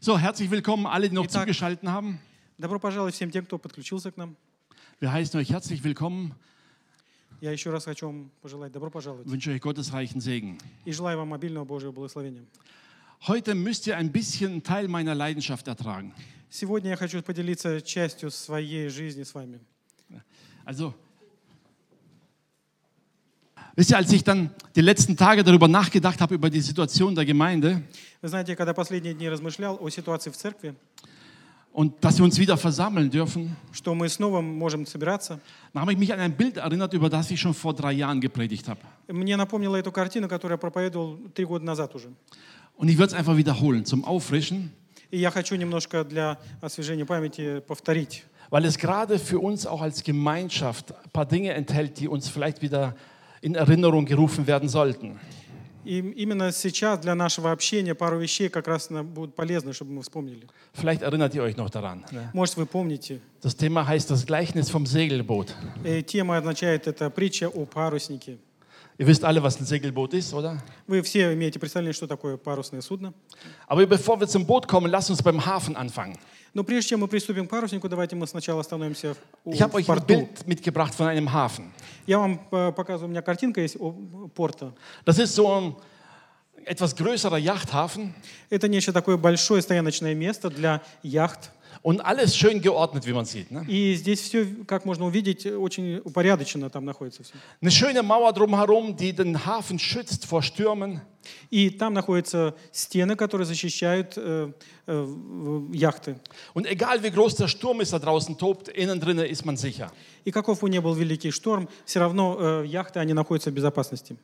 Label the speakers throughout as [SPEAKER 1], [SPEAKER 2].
[SPEAKER 1] So, herzlich willkommen alle, die noch
[SPEAKER 2] Итак.
[SPEAKER 1] zugeschaltet haben.
[SPEAKER 2] Добро пожаловать всем тем, кто подключился к нам.
[SPEAKER 1] Wir heißen euch herzlich willkommen,
[SPEAKER 2] Я еще раз хочу вам пожелать добро пожаловать.
[SPEAKER 1] wünsche euch gottesreichen Segen.
[SPEAKER 2] И желаю вам обильного Божьего благословения.
[SPEAKER 1] Heute müsst ihr ein bisschen einen Teil meiner Leidenschaft ertragen.
[SPEAKER 2] Сегодня я хочу поделиться частью своей жизни с вами.
[SPEAKER 1] Also, wisst ihr, als ich dann die letzten Tage darüber nachgedacht habe, über die Situation der Gemeinde
[SPEAKER 2] Вы знаете, когда последние дни размышлял о ситуации в церкви,
[SPEAKER 1] und dass wir uns wieder versammeln dürfen,
[SPEAKER 2] что мы снова можем собираться,
[SPEAKER 1] dann habe ich mich an ein Bild erinnert, über das ich schon vor drei Jahren gepredigt habe.
[SPEAKER 2] мне напомнила эту картину, которую я проповедовал три года назад уже.
[SPEAKER 1] Und ich werde es einfach wiederholen, zum Auffrischen,
[SPEAKER 2] И я хочу немножко для освежения памяти повторить.
[SPEAKER 1] weil es gerade für uns auch als Gemeinschaft ein paar Dinge enthält, die uns vielleicht wieder in Erinnerung gerufen werden sollten.
[SPEAKER 2] И именно сейчас для нашего общения пару вещей как раз нам будут полезны, чтобы мы вспомнили.
[SPEAKER 1] Vielleicht erinnert ihr euch noch daran. ne?
[SPEAKER 2] Может, вы помните,
[SPEAKER 1] Das Thema heißt das Gleichnis vom Segelboot.
[SPEAKER 2] э, тема означает это притча о паруснике.
[SPEAKER 1] Ihr wisst alle, was ein Segelboot ist, oder?
[SPEAKER 2] Вы все имеете представление, что такое парусное судно.
[SPEAKER 1] Aber bevor wir zum Boot kommen, lasst uns beim Hafen anfangen.
[SPEAKER 2] Но прежде чем мы приступим к паруснику, давайте мы сначала остановимся в, у-
[SPEAKER 1] Ich habe
[SPEAKER 2] в
[SPEAKER 1] euch ein
[SPEAKER 2] порту.
[SPEAKER 1] Bild mitgebracht von einem Hafen.
[SPEAKER 2] Я вам э, показываю, у меня картинка есть о порта.
[SPEAKER 1] Das ist so ein etwas größerer Yachthafen
[SPEAKER 2] Это нечто такое большое стояночное место для яхт.
[SPEAKER 1] und alles schön geordnet, wie man sieht. Ne?
[SPEAKER 2] И здесь все, как можно увидеть, очень упорядоченно там находится все.
[SPEAKER 1] Eine schöne Mauer drumherum, die den Hafen schützt vor Stürmen.
[SPEAKER 2] И там находятся стены, которые защищают э, э, в- яхты.
[SPEAKER 1] Und egal wie groß der Sturm ist, da draußen tobt, innen drinnen ist man sicher.
[SPEAKER 2] И каков бы ни был великий шторм, все равно э, яхты, они находятся в безопасности.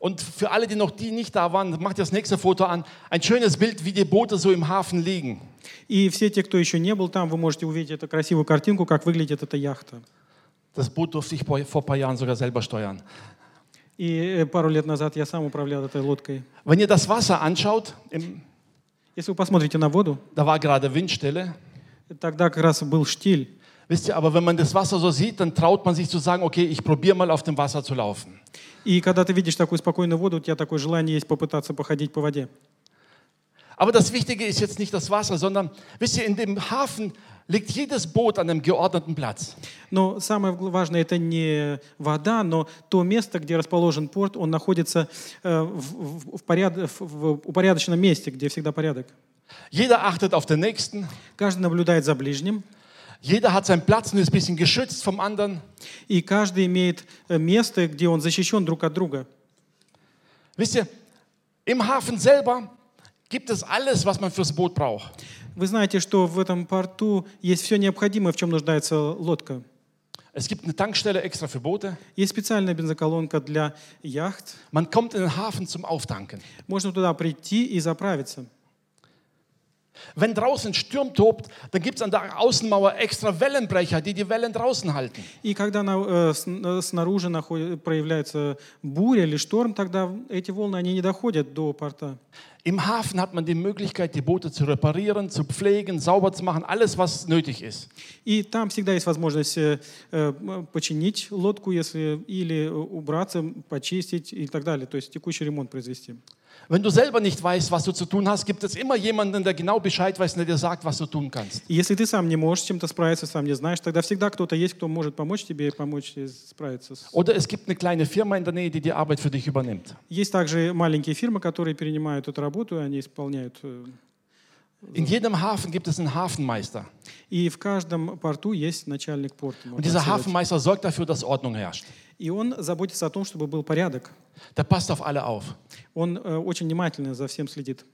[SPEAKER 1] Und für alle, die noch die nicht da waren, macht das nächste Foto an. Ein schönes Bild, wie die Boote so im Hafen liegen.
[SPEAKER 2] И все те, кто еще не был там, вы можете увидеть эту красивую картинку, как выглядит эта яхта.
[SPEAKER 1] Das Boot durfte ich vor vor ein paar Jahren sogar selber steuern.
[SPEAKER 2] И э, пару лет назад я сам управлял этой лодкой.
[SPEAKER 1] Wenn ihr das Wasser anschaut, im,
[SPEAKER 2] Если вы посмотрите на воду,
[SPEAKER 1] da war gerade Windstille.
[SPEAKER 2] тогда как раз был штиль.
[SPEAKER 1] Wisst ihr, aber wenn man das Wasser so sieht, dann traut man sich zu sagen, okay, ich probiere mal auf dem Wasser zu laufen.
[SPEAKER 2] И когда ты видишь такую спокойную воду, у тебя такое желание есть попытаться походить по воде.
[SPEAKER 1] Aber das Wichtige ist jetzt nicht das Wasser, sondern, wisst ihr, in dem Hafen liegt jedes Boot an einem geordneten Platz.
[SPEAKER 2] Но самое вгл- важное это не вода, но то место, где расположен порт, он находится э, в, в- в поряд- в- в упорядоченном месте, где всегда порядок.
[SPEAKER 1] Jeder achtet auf den Nächsten,
[SPEAKER 2] Каждый наблюдает за ближним,
[SPEAKER 1] jeder hat seinen Platz und ist ein bisschen geschützt vom anderen.
[SPEAKER 2] и каждый имеет э, место, где он защищен друг от друга.
[SPEAKER 1] Wisst ihr, im Hafen selber gibt es alles, was man fürs Boot braucht.
[SPEAKER 2] Вы знаете, что в этом порту есть все необходимое, в чем нуждается лодка.
[SPEAKER 1] Es gibt eine Tankstelle extra für Boote.
[SPEAKER 2] Есть специальная бензоколонка для яхт.
[SPEAKER 1] Man kommt in den Hafen zum Auftanken.
[SPEAKER 2] Можно туда прийти и заправиться.
[SPEAKER 1] Wenn draußen Sturm tobt, dann gibt es an der Außenmauer extra Wellenbrecher, die die Wellen draußen halten.
[SPEAKER 2] И когда на- э, сн- э, снаружи нахо- проявляется буря или шторм, тогда эти волны они не доходят до порта.
[SPEAKER 1] Im Hafen hat man die Möglichkeit, die Boote zu reparieren, zu pflegen, sauber zu machen, alles, was nötig ist.
[SPEAKER 2] И там всегда есть возможность э, э, м, починить лодку, если или э, убраться, почистить и так далее. То есть текущий ремонт произвести.
[SPEAKER 1] Wenn du selber nicht weißt, was du zu tun hast, gibt es immer jemanden, der genau Bescheid weiß und der dir sagt, was du tun kannst.
[SPEAKER 2] И если ты сам не можешь с чем-то справиться, сам не знаешь, тогда всегда кто-то есть, кто может помочь тебе и помочь тебе справиться. с-
[SPEAKER 1] Oder es gibt eine kleine Firma in der Nähe, die die Arbeit für dich übernimmt.
[SPEAKER 2] Есть также маленькие фирмы, которые перенимают эту работу, и они исполняют. э,
[SPEAKER 1] In jedem Hafen gibt es einen Hafenmeister.
[SPEAKER 2] И в каждом порту есть начальник порта. можно
[SPEAKER 1] Und dieser
[SPEAKER 2] сказать.
[SPEAKER 1] Hafenmeister sorgt dafür, dass Ordnung herrscht.
[SPEAKER 2] И он заботится о том, чтобы был порядок.
[SPEAKER 1] Der passt auf alle auf.
[SPEAKER 2] Он э, очень внимательно за всем следит.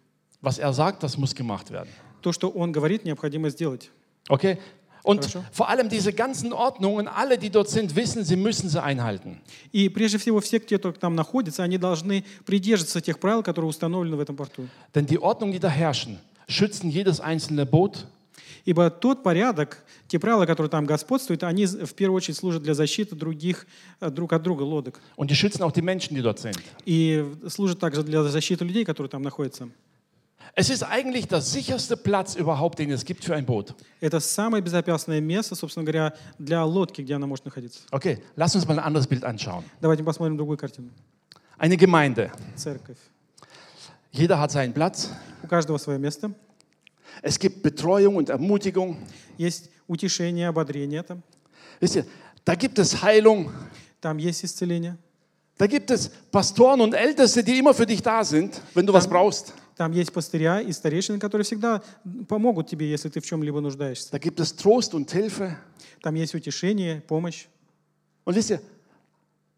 [SPEAKER 1] Was er sagt, das muss gemacht werden.
[SPEAKER 2] То, что он говорит, необходимо сделать.
[SPEAKER 1] Okay? Und
[SPEAKER 2] Хорошо.
[SPEAKER 1] vor allem diese ganzen Ordnungen, alle, die dort sind, wissen, sie müssen sie einhalten.
[SPEAKER 2] И прежде всего все, кто только там находится, они должны придерживаться тех правил, которые установлены в этом порту.
[SPEAKER 1] Denn die Ordnung, die da herrschen, schützen jedes einzelne Boot,
[SPEAKER 2] Ибо тот порядок, те правила, которые там господствуют, они з- в первую очередь служат для защиты других э, друг от друга лодок.
[SPEAKER 1] Und die schützen auch die Menschen, die dort sind.
[SPEAKER 2] И в- служат также для защиты людей, которые там находятся.
[SPEAKER 1] Es ist eigentlich der sicherste Platz überhaupt, den es gibt für ein Boot.
[SPEAKER 2] Это самое безопасное место, собственно говоря, для лодки, где она может находиться.
[SPEAKER 1] Okay, lass uns mal ein anderes Bild anschauen.
[SPEAKER 2] Давайте посмотрим другую картину.
[SPEAKER 1] Eine Gemeinde.
[SPEAKER 2] Церковь.
[SPEAKER 1] Jeder hat seinen Platz.
[SPEAKER 2] У каждого свое место.
[SPEAKER 1] Es gibt Betreuung und Ermutigung.
[SPEAKER 2] Есть утешение, ободрение там.
[SPEAKER 1] Wisst ihr, da gibt es Heilung.
[SPEAKER 2] Там есть исцеление.
[SPEAKER 1] Da gibt es Pastoren und Älteste, die immer für dich da sind, wenn du was brauchst.
[SPEAKER 2] Там есть пастыря и старейшины, которые всегда помогут тебе, если ты в чем-либо нуждаешься.
[SPEAKER 1] Da gibt es Trost und Hilfe.
[SPEAKER 2] Там есть утешение, помощь.
[SPEAKER 1] Und wisst ihr,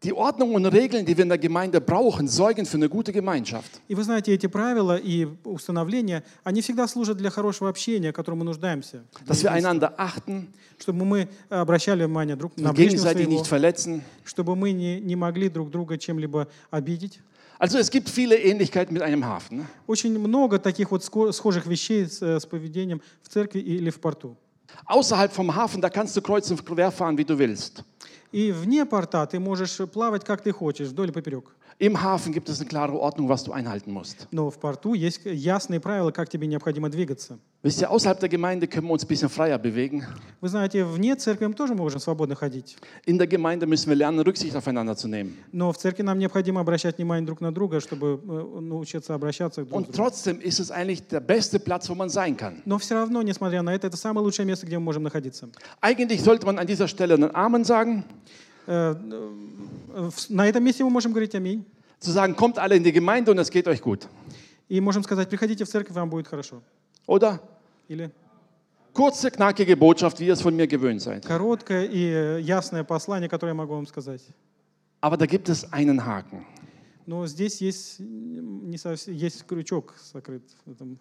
[SPEAKER 1] die Ordnung und Regeln, die wir in der Gemeinde brauchen, sorgen für eine gute Gemeinschaft.
[SPEAKER 2] И вы знаете, эти правила и установления, они всегда служат для хорошего общения, к которому мы нуждаемся.
[SPEAKER 1] Dass wir einander achten,
[SPEAKER 2] Чтобы мы обращали внимание друг на
[SPEAKER 1] und
[SPEAKER 2] ближнего
[SPEAKER 1] gegenseitig
[SPEAKER 2] своего,
[SPEAKER 1] nicht verletzen.
[SPEAKER 2] чтобы мы не, не могли друг друга чем-либо обидеть.
[SPEAKER 1] Also es gibt viele Ähnlichkeiten mit einem Hafen. ne?
[SPEAKER 2] Очень много таких вот ско- схожих вещей с, э, с поведением в церкви или в порту.
[SPEAKER 1] Außerhalb vom Hafen, da kannst du kreuz und quer fahren, wie du willst.
[SPEAKER 2] И вне порта ты можешь плавать, как ты хочешь, вдоль и поперек.
[SPEAKER 1] Im Hafen gibt es eine klare Ordnung, was du einhalten musst.
[SPEAKER 2] Но в порту есть ясные правила, как тебе необходимо двигаться.
[SPEAKER 1] Wisst ihr, außerhalb der Gemeinde können wir uns ein bisschen freier bewegen.
[SPEAKER 2] Вы знаете, вне церкви мы тоже можем свободно ходить.
[SPEAKER 1] In der Gemeinde müssen wir lernen, Rücksicht aufeinander zu nehmen.
[SPEAKER 2] Но в церкви нам необходимо обращать внимание друг на друга, чтобы э, научиться обращаться друг к
[SPEAKER 1] Und
[SPEAKER 2] другу.
[SPEAKER 1] trotzdem ist es eigentlich der beste Platz, wo man sein kann.
[SPEAKER 2] Но все равно, несмотря на это, это самое лучшее место, где мы можем находиться.
[SPEAKER 1] Eigentlich sollte man an dieser Stelle einen Amen sagen,
[SPEAKER 2] Э, э, в- На этом месте мы можем говорить «Аминь».
[SPEAKER 1] zu sagen, kommt alle in die Gemeinde und es geht euch gut.
[SPEAKER 2] И можем сказать «Приходите в церковь, вам будет хорошо».
[SPEAKER 1] Oder?
[SPEAKER 2] Или
[SPEAKER 1] Kurze, knackige Botschaft, wie ihr es von mir gewöhnt seid.
[SPEAKER 2] короткое и э, ясное послание, которое я могу вам сказать.
[SPEAKER 1] Aber da gibt es einen Haken.
[SPEAKER 2] Но здесь есть, м, не совсем, есть крючок сокрыт в этом,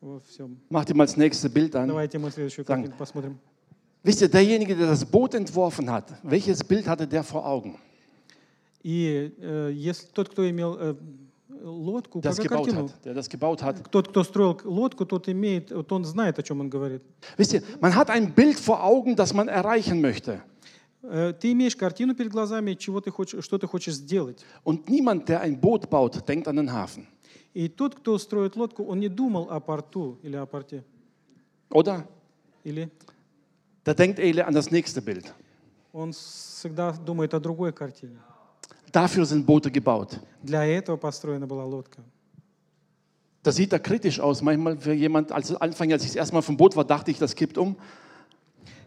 [SPEAKER 2] во всем.
[SPEAKER 1] Macht ihr mal das nächste Bild an.
[SPEAKER 2] Давайте мы следующую
[SPEAKER 1] Danke.
[SPEAKER 2] картинку посмотрим.
[SPEAKER 1] Wisst ihr, derjenige, der das Boot entworfen hat, welches Bild hatte der vor Augen?
[SPEAKER 2] И э, если тот, кто имел э, лодку,
[SPEAKER 1] Der das
[SPEAKER 2] какую
[SPEAKER 1] gebaut
[SPEAKER 2] картину?
[SPEAKER 1] hat. Der das gebaut hat.
[SPEAKER 2] Тот, кто строил лодку, тот имеет, вот он знает, о чем он говорит.
[SPEAKER 1] Wisst ihr, man hat ein Bild vor Augen, das man erreichen möchte.
[SPEAKER 2] Э, Ты имеешь картину перед глазами, чего ты хочешь, что ты хочешь сделать.
[SPEAKER 1] Und niemand, der ein Boot baut, denkt an den Hafen.
[SPEAKER 2] И тот, кто строит лодку, он не думал о порту или о порте.
[SPEAKER 1] Oder?
[SPEAKER 2] Или
[SPEAKER 1] Da denkt Ele an das nächste Bild.
[SPEAKER 2] он всегда думает о другой картине.
[SPEAKER 1] Dafür sind Boote gebaut.
[SPEAKER 2] Для этого построена была лодка.
[SPEAKER 1] Das sieht da kritisch aus. Manchmal für jemand, als Anfang, als ich das erste Mal vom Boot war, dachte ich, das kippt um.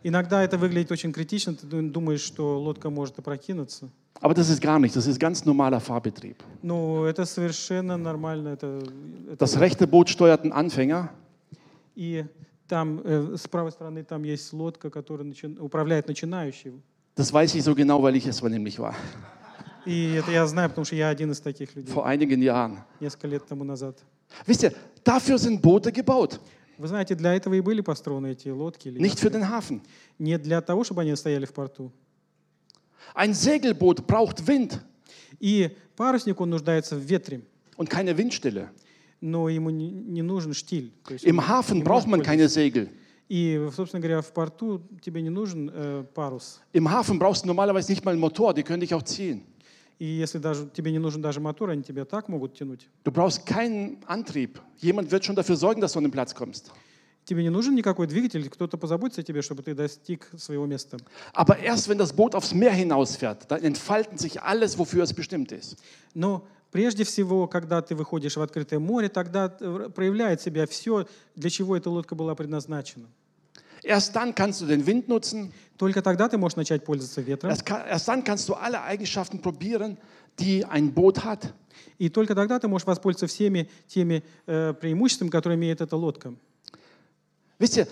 [SPEAKER 2] Иногда это выглядит очень критично, ты ду- думаешь, что лодка может опрокинуться.
[SPEAKER 1] Aber das ist gar nicht. Das ist ganz normaler Fahrbetrieb.
[SPEAKER 2] Но это совершенно нормально. Это, это-
[SPEAKER 1] Das rechte Boot steuert ein Anfänger.
[SPEAKER 2] И там э, с правой стороны там есть лодка, которая начи- управляет начинающим.
[SPEAKER 1] Das weiß ich so genau, weil ich es mal nämlich war.
[SPEAKER 2] И это я знаю, потому что я один из таких людей
[SPEAKER 1] Vor einigen Jahren.
[SPEAKER 2] несколько лет тому назад.
[SPEAKER 1] Wisst ihr, dafür sind Boote gebaut.
[SPEAKER 2] Вы знаете, для этого и были построены эти лодки. Или
[SPEAKER 1] Nicht für den Hafen.
[SPEAKER 2] Не для того, чтобы они стояли в порту.
[SPEAKER 1] Ein Segelboot braucht Wind
[SPEAKER 2] И парусник, он нуждается в ветре,
[SPEAKER 1] und keine Windstille.
[SPEAKER 2] но ему не, не нужен штиль. То есть
[SPEAKER 1] Im Hafen braucht man keine Segel.
[SPEAKER 2] И, собственно говоря, в порту тебе не нужен э, парус.
[SPEAKER 1] Im Hafen brauchst du normalerweise nicht mal einen Motor, die können dich auch ziehen.
[SPEAKER 2] И если даже тебе не нужен даже мотор, они тебя так могут тянуть.
[SPEAKER 1] Du brauchst keinen Antrieb. Jemand wird schon dafür sorgen, dass du an den Platz kommst.
[SPEAKER 2] Тебе не нужен никакой двигатель, кто-то позаботится о тебе, чтобы ты достиг своего места.
[SPEAKER 1] Aber erst wenn das Boot aufs Meer hinausfährt, dann entfalten sich alles, wofür es bestimmt ist.
[SPEAKER 2] Но прежде всего, когда ты выходишь в открытое море, тогда э, проявляет себя все, для чего эта лодка была предназначена.
[SPEAKER 1] Erst dann kannst du den Wind nutzen.
[SPEAKER 2] Только тогда ты можешь начать пользоваться ветром,
[SPEAKER 1] Erst, ka- erst dann kannst du alle Eigenschaften probieren, die ein Boot hat.
[SPEAKER 2] и только тогда ты можешь воспользоваться всеми теми э, преимуществами, которые имеет эта лодка.
[SPEAKER 1] Wisst ihr,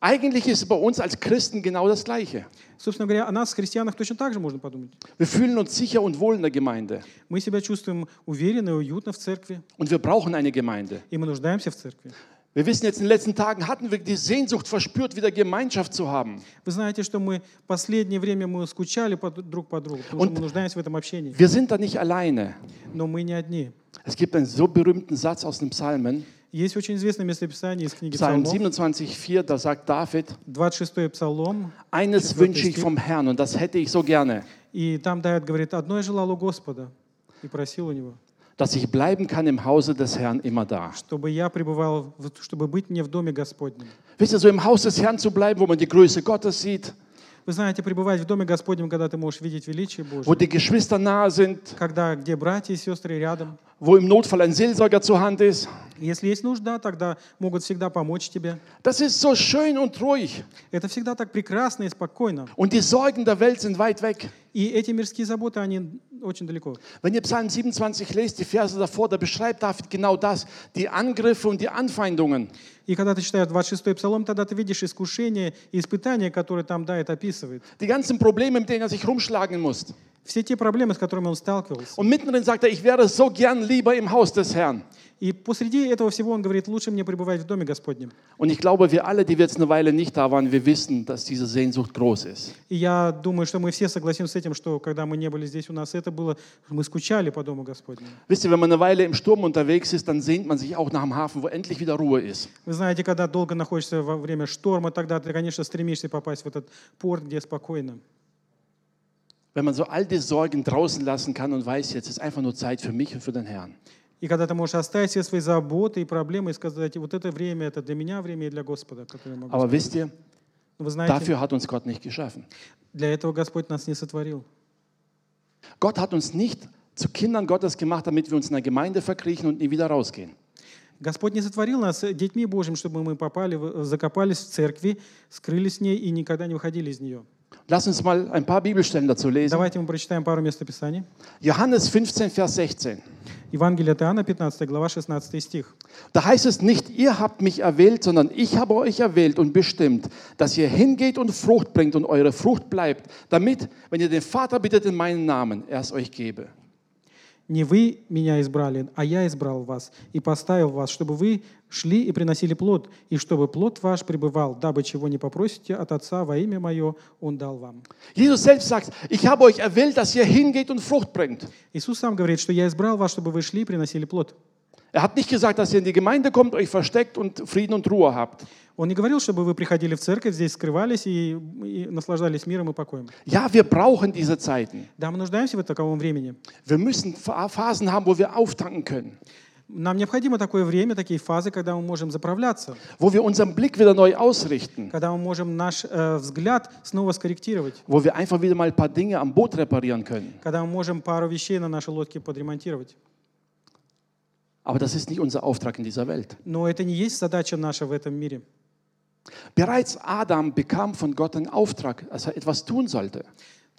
[SPEAKER 1] eigentlich ist bei uns als Christen genau das Gleiche.
[SPEAKER 2] Собственно говоря, о нас, христианах, точно так же можно подумать.
[SPEAKER 1] Wir fühlen uns sicher und wohl in der Gemeinde.
[SPEAKER 2] Мы себя чувствуем уверенно и уютно в церкви,
[SPEAKER 1] Und wir brauchen eine Gemeinde.
[SPEAKER 2] и мы нуждаемся в церкви.
[SPEAKER 1] Wir wissen jetzt, in den letzten Tagen hatten wir die Sehnsucht verspürt, wieder Gemeinschaft zu haben.
[SPEAKER 2] Вы знаете, что мы последнее время мы скучали по- друг по другу, потому
[SPEAKER 1] Он-
[SPEAKER 2] что мы нуждаемся в этом общении.
[SPEAKER 1] Wir sind da nicht alleine.
[SPEAKER 2] Но мы не одни.
[SPEAKER 1] Es gibt einen so berühmten Satz aus dem Psalmen,
[SPEAKER 2] Есть очень известное местописание из книги
[SPEAKER 1] Psalm
[SPEAKER 2] Псалмов,
[SPEAKER 1] 27,4, da sagt David,
[SPEAKER 2] 26 Псалом,
[SPEAKER 1] eines wünsche ich vom Herrn und das hätte ich so gerne,
[SPEAKER 2] и там Давид говорит, «Одно я желал у Господа, и просил у Него,
[SPEAKER 1] dass ich bleiben kann im Hause des Herrn immer da.
[SPEAKER 2] чтобы я пребывал, в- чтобы быть мне в доме Господнем».
[SPEAKER 1] Wisst ihr, so im Haus des Herrn zu bleiben, wo man die Größe Gottes sieht,
[SPEAKER 2] Вы знаете, пребывать в доме Господнем, когда ты можешь видеть величие
[SPEAKER 1] wo
[SPEAKER 2] Божье,
[SPEAKER 1] die Geschwister nahe sind,
[SPEAKER 2] когда где братья и сестры рядом,
[SPEAKER 1] wo im Notfall ein Seelsorger zur Hand ist.
[SPEAKER 2] Если есть нужда, тогда могут всегда помочь тебе.
[SPEAKER 1] Das ist so schön und ruhig.
[SPEAKER 2] Это всегда так прекрасно и спокойно.
[SPEAKER 1] Und die Sorgen der Welt sind weit weg.
[SPEAKER 2] И эти мирские заботы, они очень далеко.
[SPEAKER 1] Wenn ihr Psalm 27 lest, die Verse davor, da beschreibt David genau das, die Angriffe und die Anfeindungen.
[SPEAKER 2] И когда ты читаешь 26-й псалом, тогда ты видишь искушение и испытания, которые там Давид описывает.
[SPEAKER 1] Die ganzen Probleme, mit denen er sich rumschlagen muss.
[SPEAKER 2] Все те проблемы, с которыми он сталкивался.
[SPEAKER 1] Und mittendrin sagt er, ich wäre so gern lieber im Haus des Herrn.
[SPEAKER 2] И посреди этого всего он говорит, лучше мне пребывать в Доме Господнем.
[SPEAKER 1] Und ich glaube, wir alle, die wir jetzt eine Weile nicht da waren, wir wissen, dass diese Sehnsucht groß ist.
[SPEAKER 2] И я думаю, что мы все согласимся с этим, что когда мы не были здесь, у нас это было, мы скучали по Дому Господнему.
[SPEAKER 1] Wisst ihr, wenn man eine Weile im Sturm unterwegs ist, dann sehnt man sich auch nach dem Hafen, wo endlich wieder Ruhe ist.
[SPEAKER 2] Вы знаете, когда долго находишься во время шторма, тогда ты, конечно, стремишься попасть в этот порт, где спокойно.
[SPEAKER 1] Wenn man so all die Sorgen draußen lassen kann und weiß, jetzt ist einfach nur Zeit für mich und für den Herrn.
[SPEAKER 2] И когда ты можешь оставить все свои заботы и проблемы и сказать, вот это время, это для меня время и для Господа, которое я могу.
[SPEAKER 1] Aber wisst ihr,
[SPEAKER 2] Но Вы знаете,
[SPEAKER 1] dafür hat uns Gott nicht geschaffen.
[SPEAKER 2] для этого Господь нас не сотворил.
[SPEAKER 1] Gott hat uns nicht zu Kindern Gottes gemacht, damit wir uns in der Gemeinde verkriechen und nie wieder rausgehen.
[SPEAKER 2] Господь не сотворил нас э, детьми Божьим, чтобы мы попали, в- закопались в церкви, скрылись в ней и никогда не выходили из нее.
[SPEAKER 1] Lass uns mal ein paar Bibelstellen dazu lesen.
[SPEAKER 2] Давайте мы прочитаем пару мест Писания.
[SPEAKER 1] Johannes 15, Vers 16.
[SPEAKER 2] Евангелие от Иоанна, 15 глава, 16 стих.
[SPEAKER 1] Da heißt es nicht, ihr habt mich erwählt, sondern ich habe euch erwählt und bestimmt, dass ihr hingeht und Frucht bringt und eure Frucht bleibt, damit, wenn ihr den Vater bittet in meinen Namen, er es euch gebe.
[SPEAKER 2] «Не вы меня избрали, а я избрал вас и поставил вас, чтобы вы шли и приносили плод, и чтобы плод ваш пребывал, дабы чего не попросите от Отца во имя Мое, Он дал вам».
[SPEAKER 1] Jesus selbst sagt, ich habe euch erwählt, dass ihr hingeht und Frucht bringt.
[SPEAKER 2] Иисус сам говорит, что «Я избрал вас, чтобы вы шли и приносили плод».
[SPEAKER 1] Er hat nicht gesagt, dass ihr in die Gemeinde kommt, euch versteckt und Frieden und Ruhe habt.
[SPEAKER 2] Он не говорил, чтобы вы приходили в церковь, здесь скрывались и, и наслаждались миром и покоем.
[SPEAKER 1] Ja, wir брauchen diese Zeiten.
[SPEAKER 2] Да, мы нуждаемся в таковом времени.
[SPEAKER 1] Wir müssen Pha- Phasen haben, wo wir auftanken können,
[SPEAKER 2] Нам необходимо такое время, такие фазы, когда мы можем заправляться,
[SPEAKER 1] wo wir unseren Blick wieder neu ausrichten,
[SPEAKER 2] когда мы можем наш э, взгляд снова скорректировать,
[SPEAKER 1] wo wir einfach wieder mal ein paar Dinge am Boot reparieren können.
[SPEAKER 2] когда мы можем пару вещей на нашей лодке подремонтировать.
[SPEAKER 1] Aber das ist nicht unser Auftrag in dieser Welt.
[SPEAKER 2] Но это не есть задача наша в этом мире.
[SPEAKER 1] Bereits Adam bekam von Gott einen Auftrag, dass er etwas tun sollte.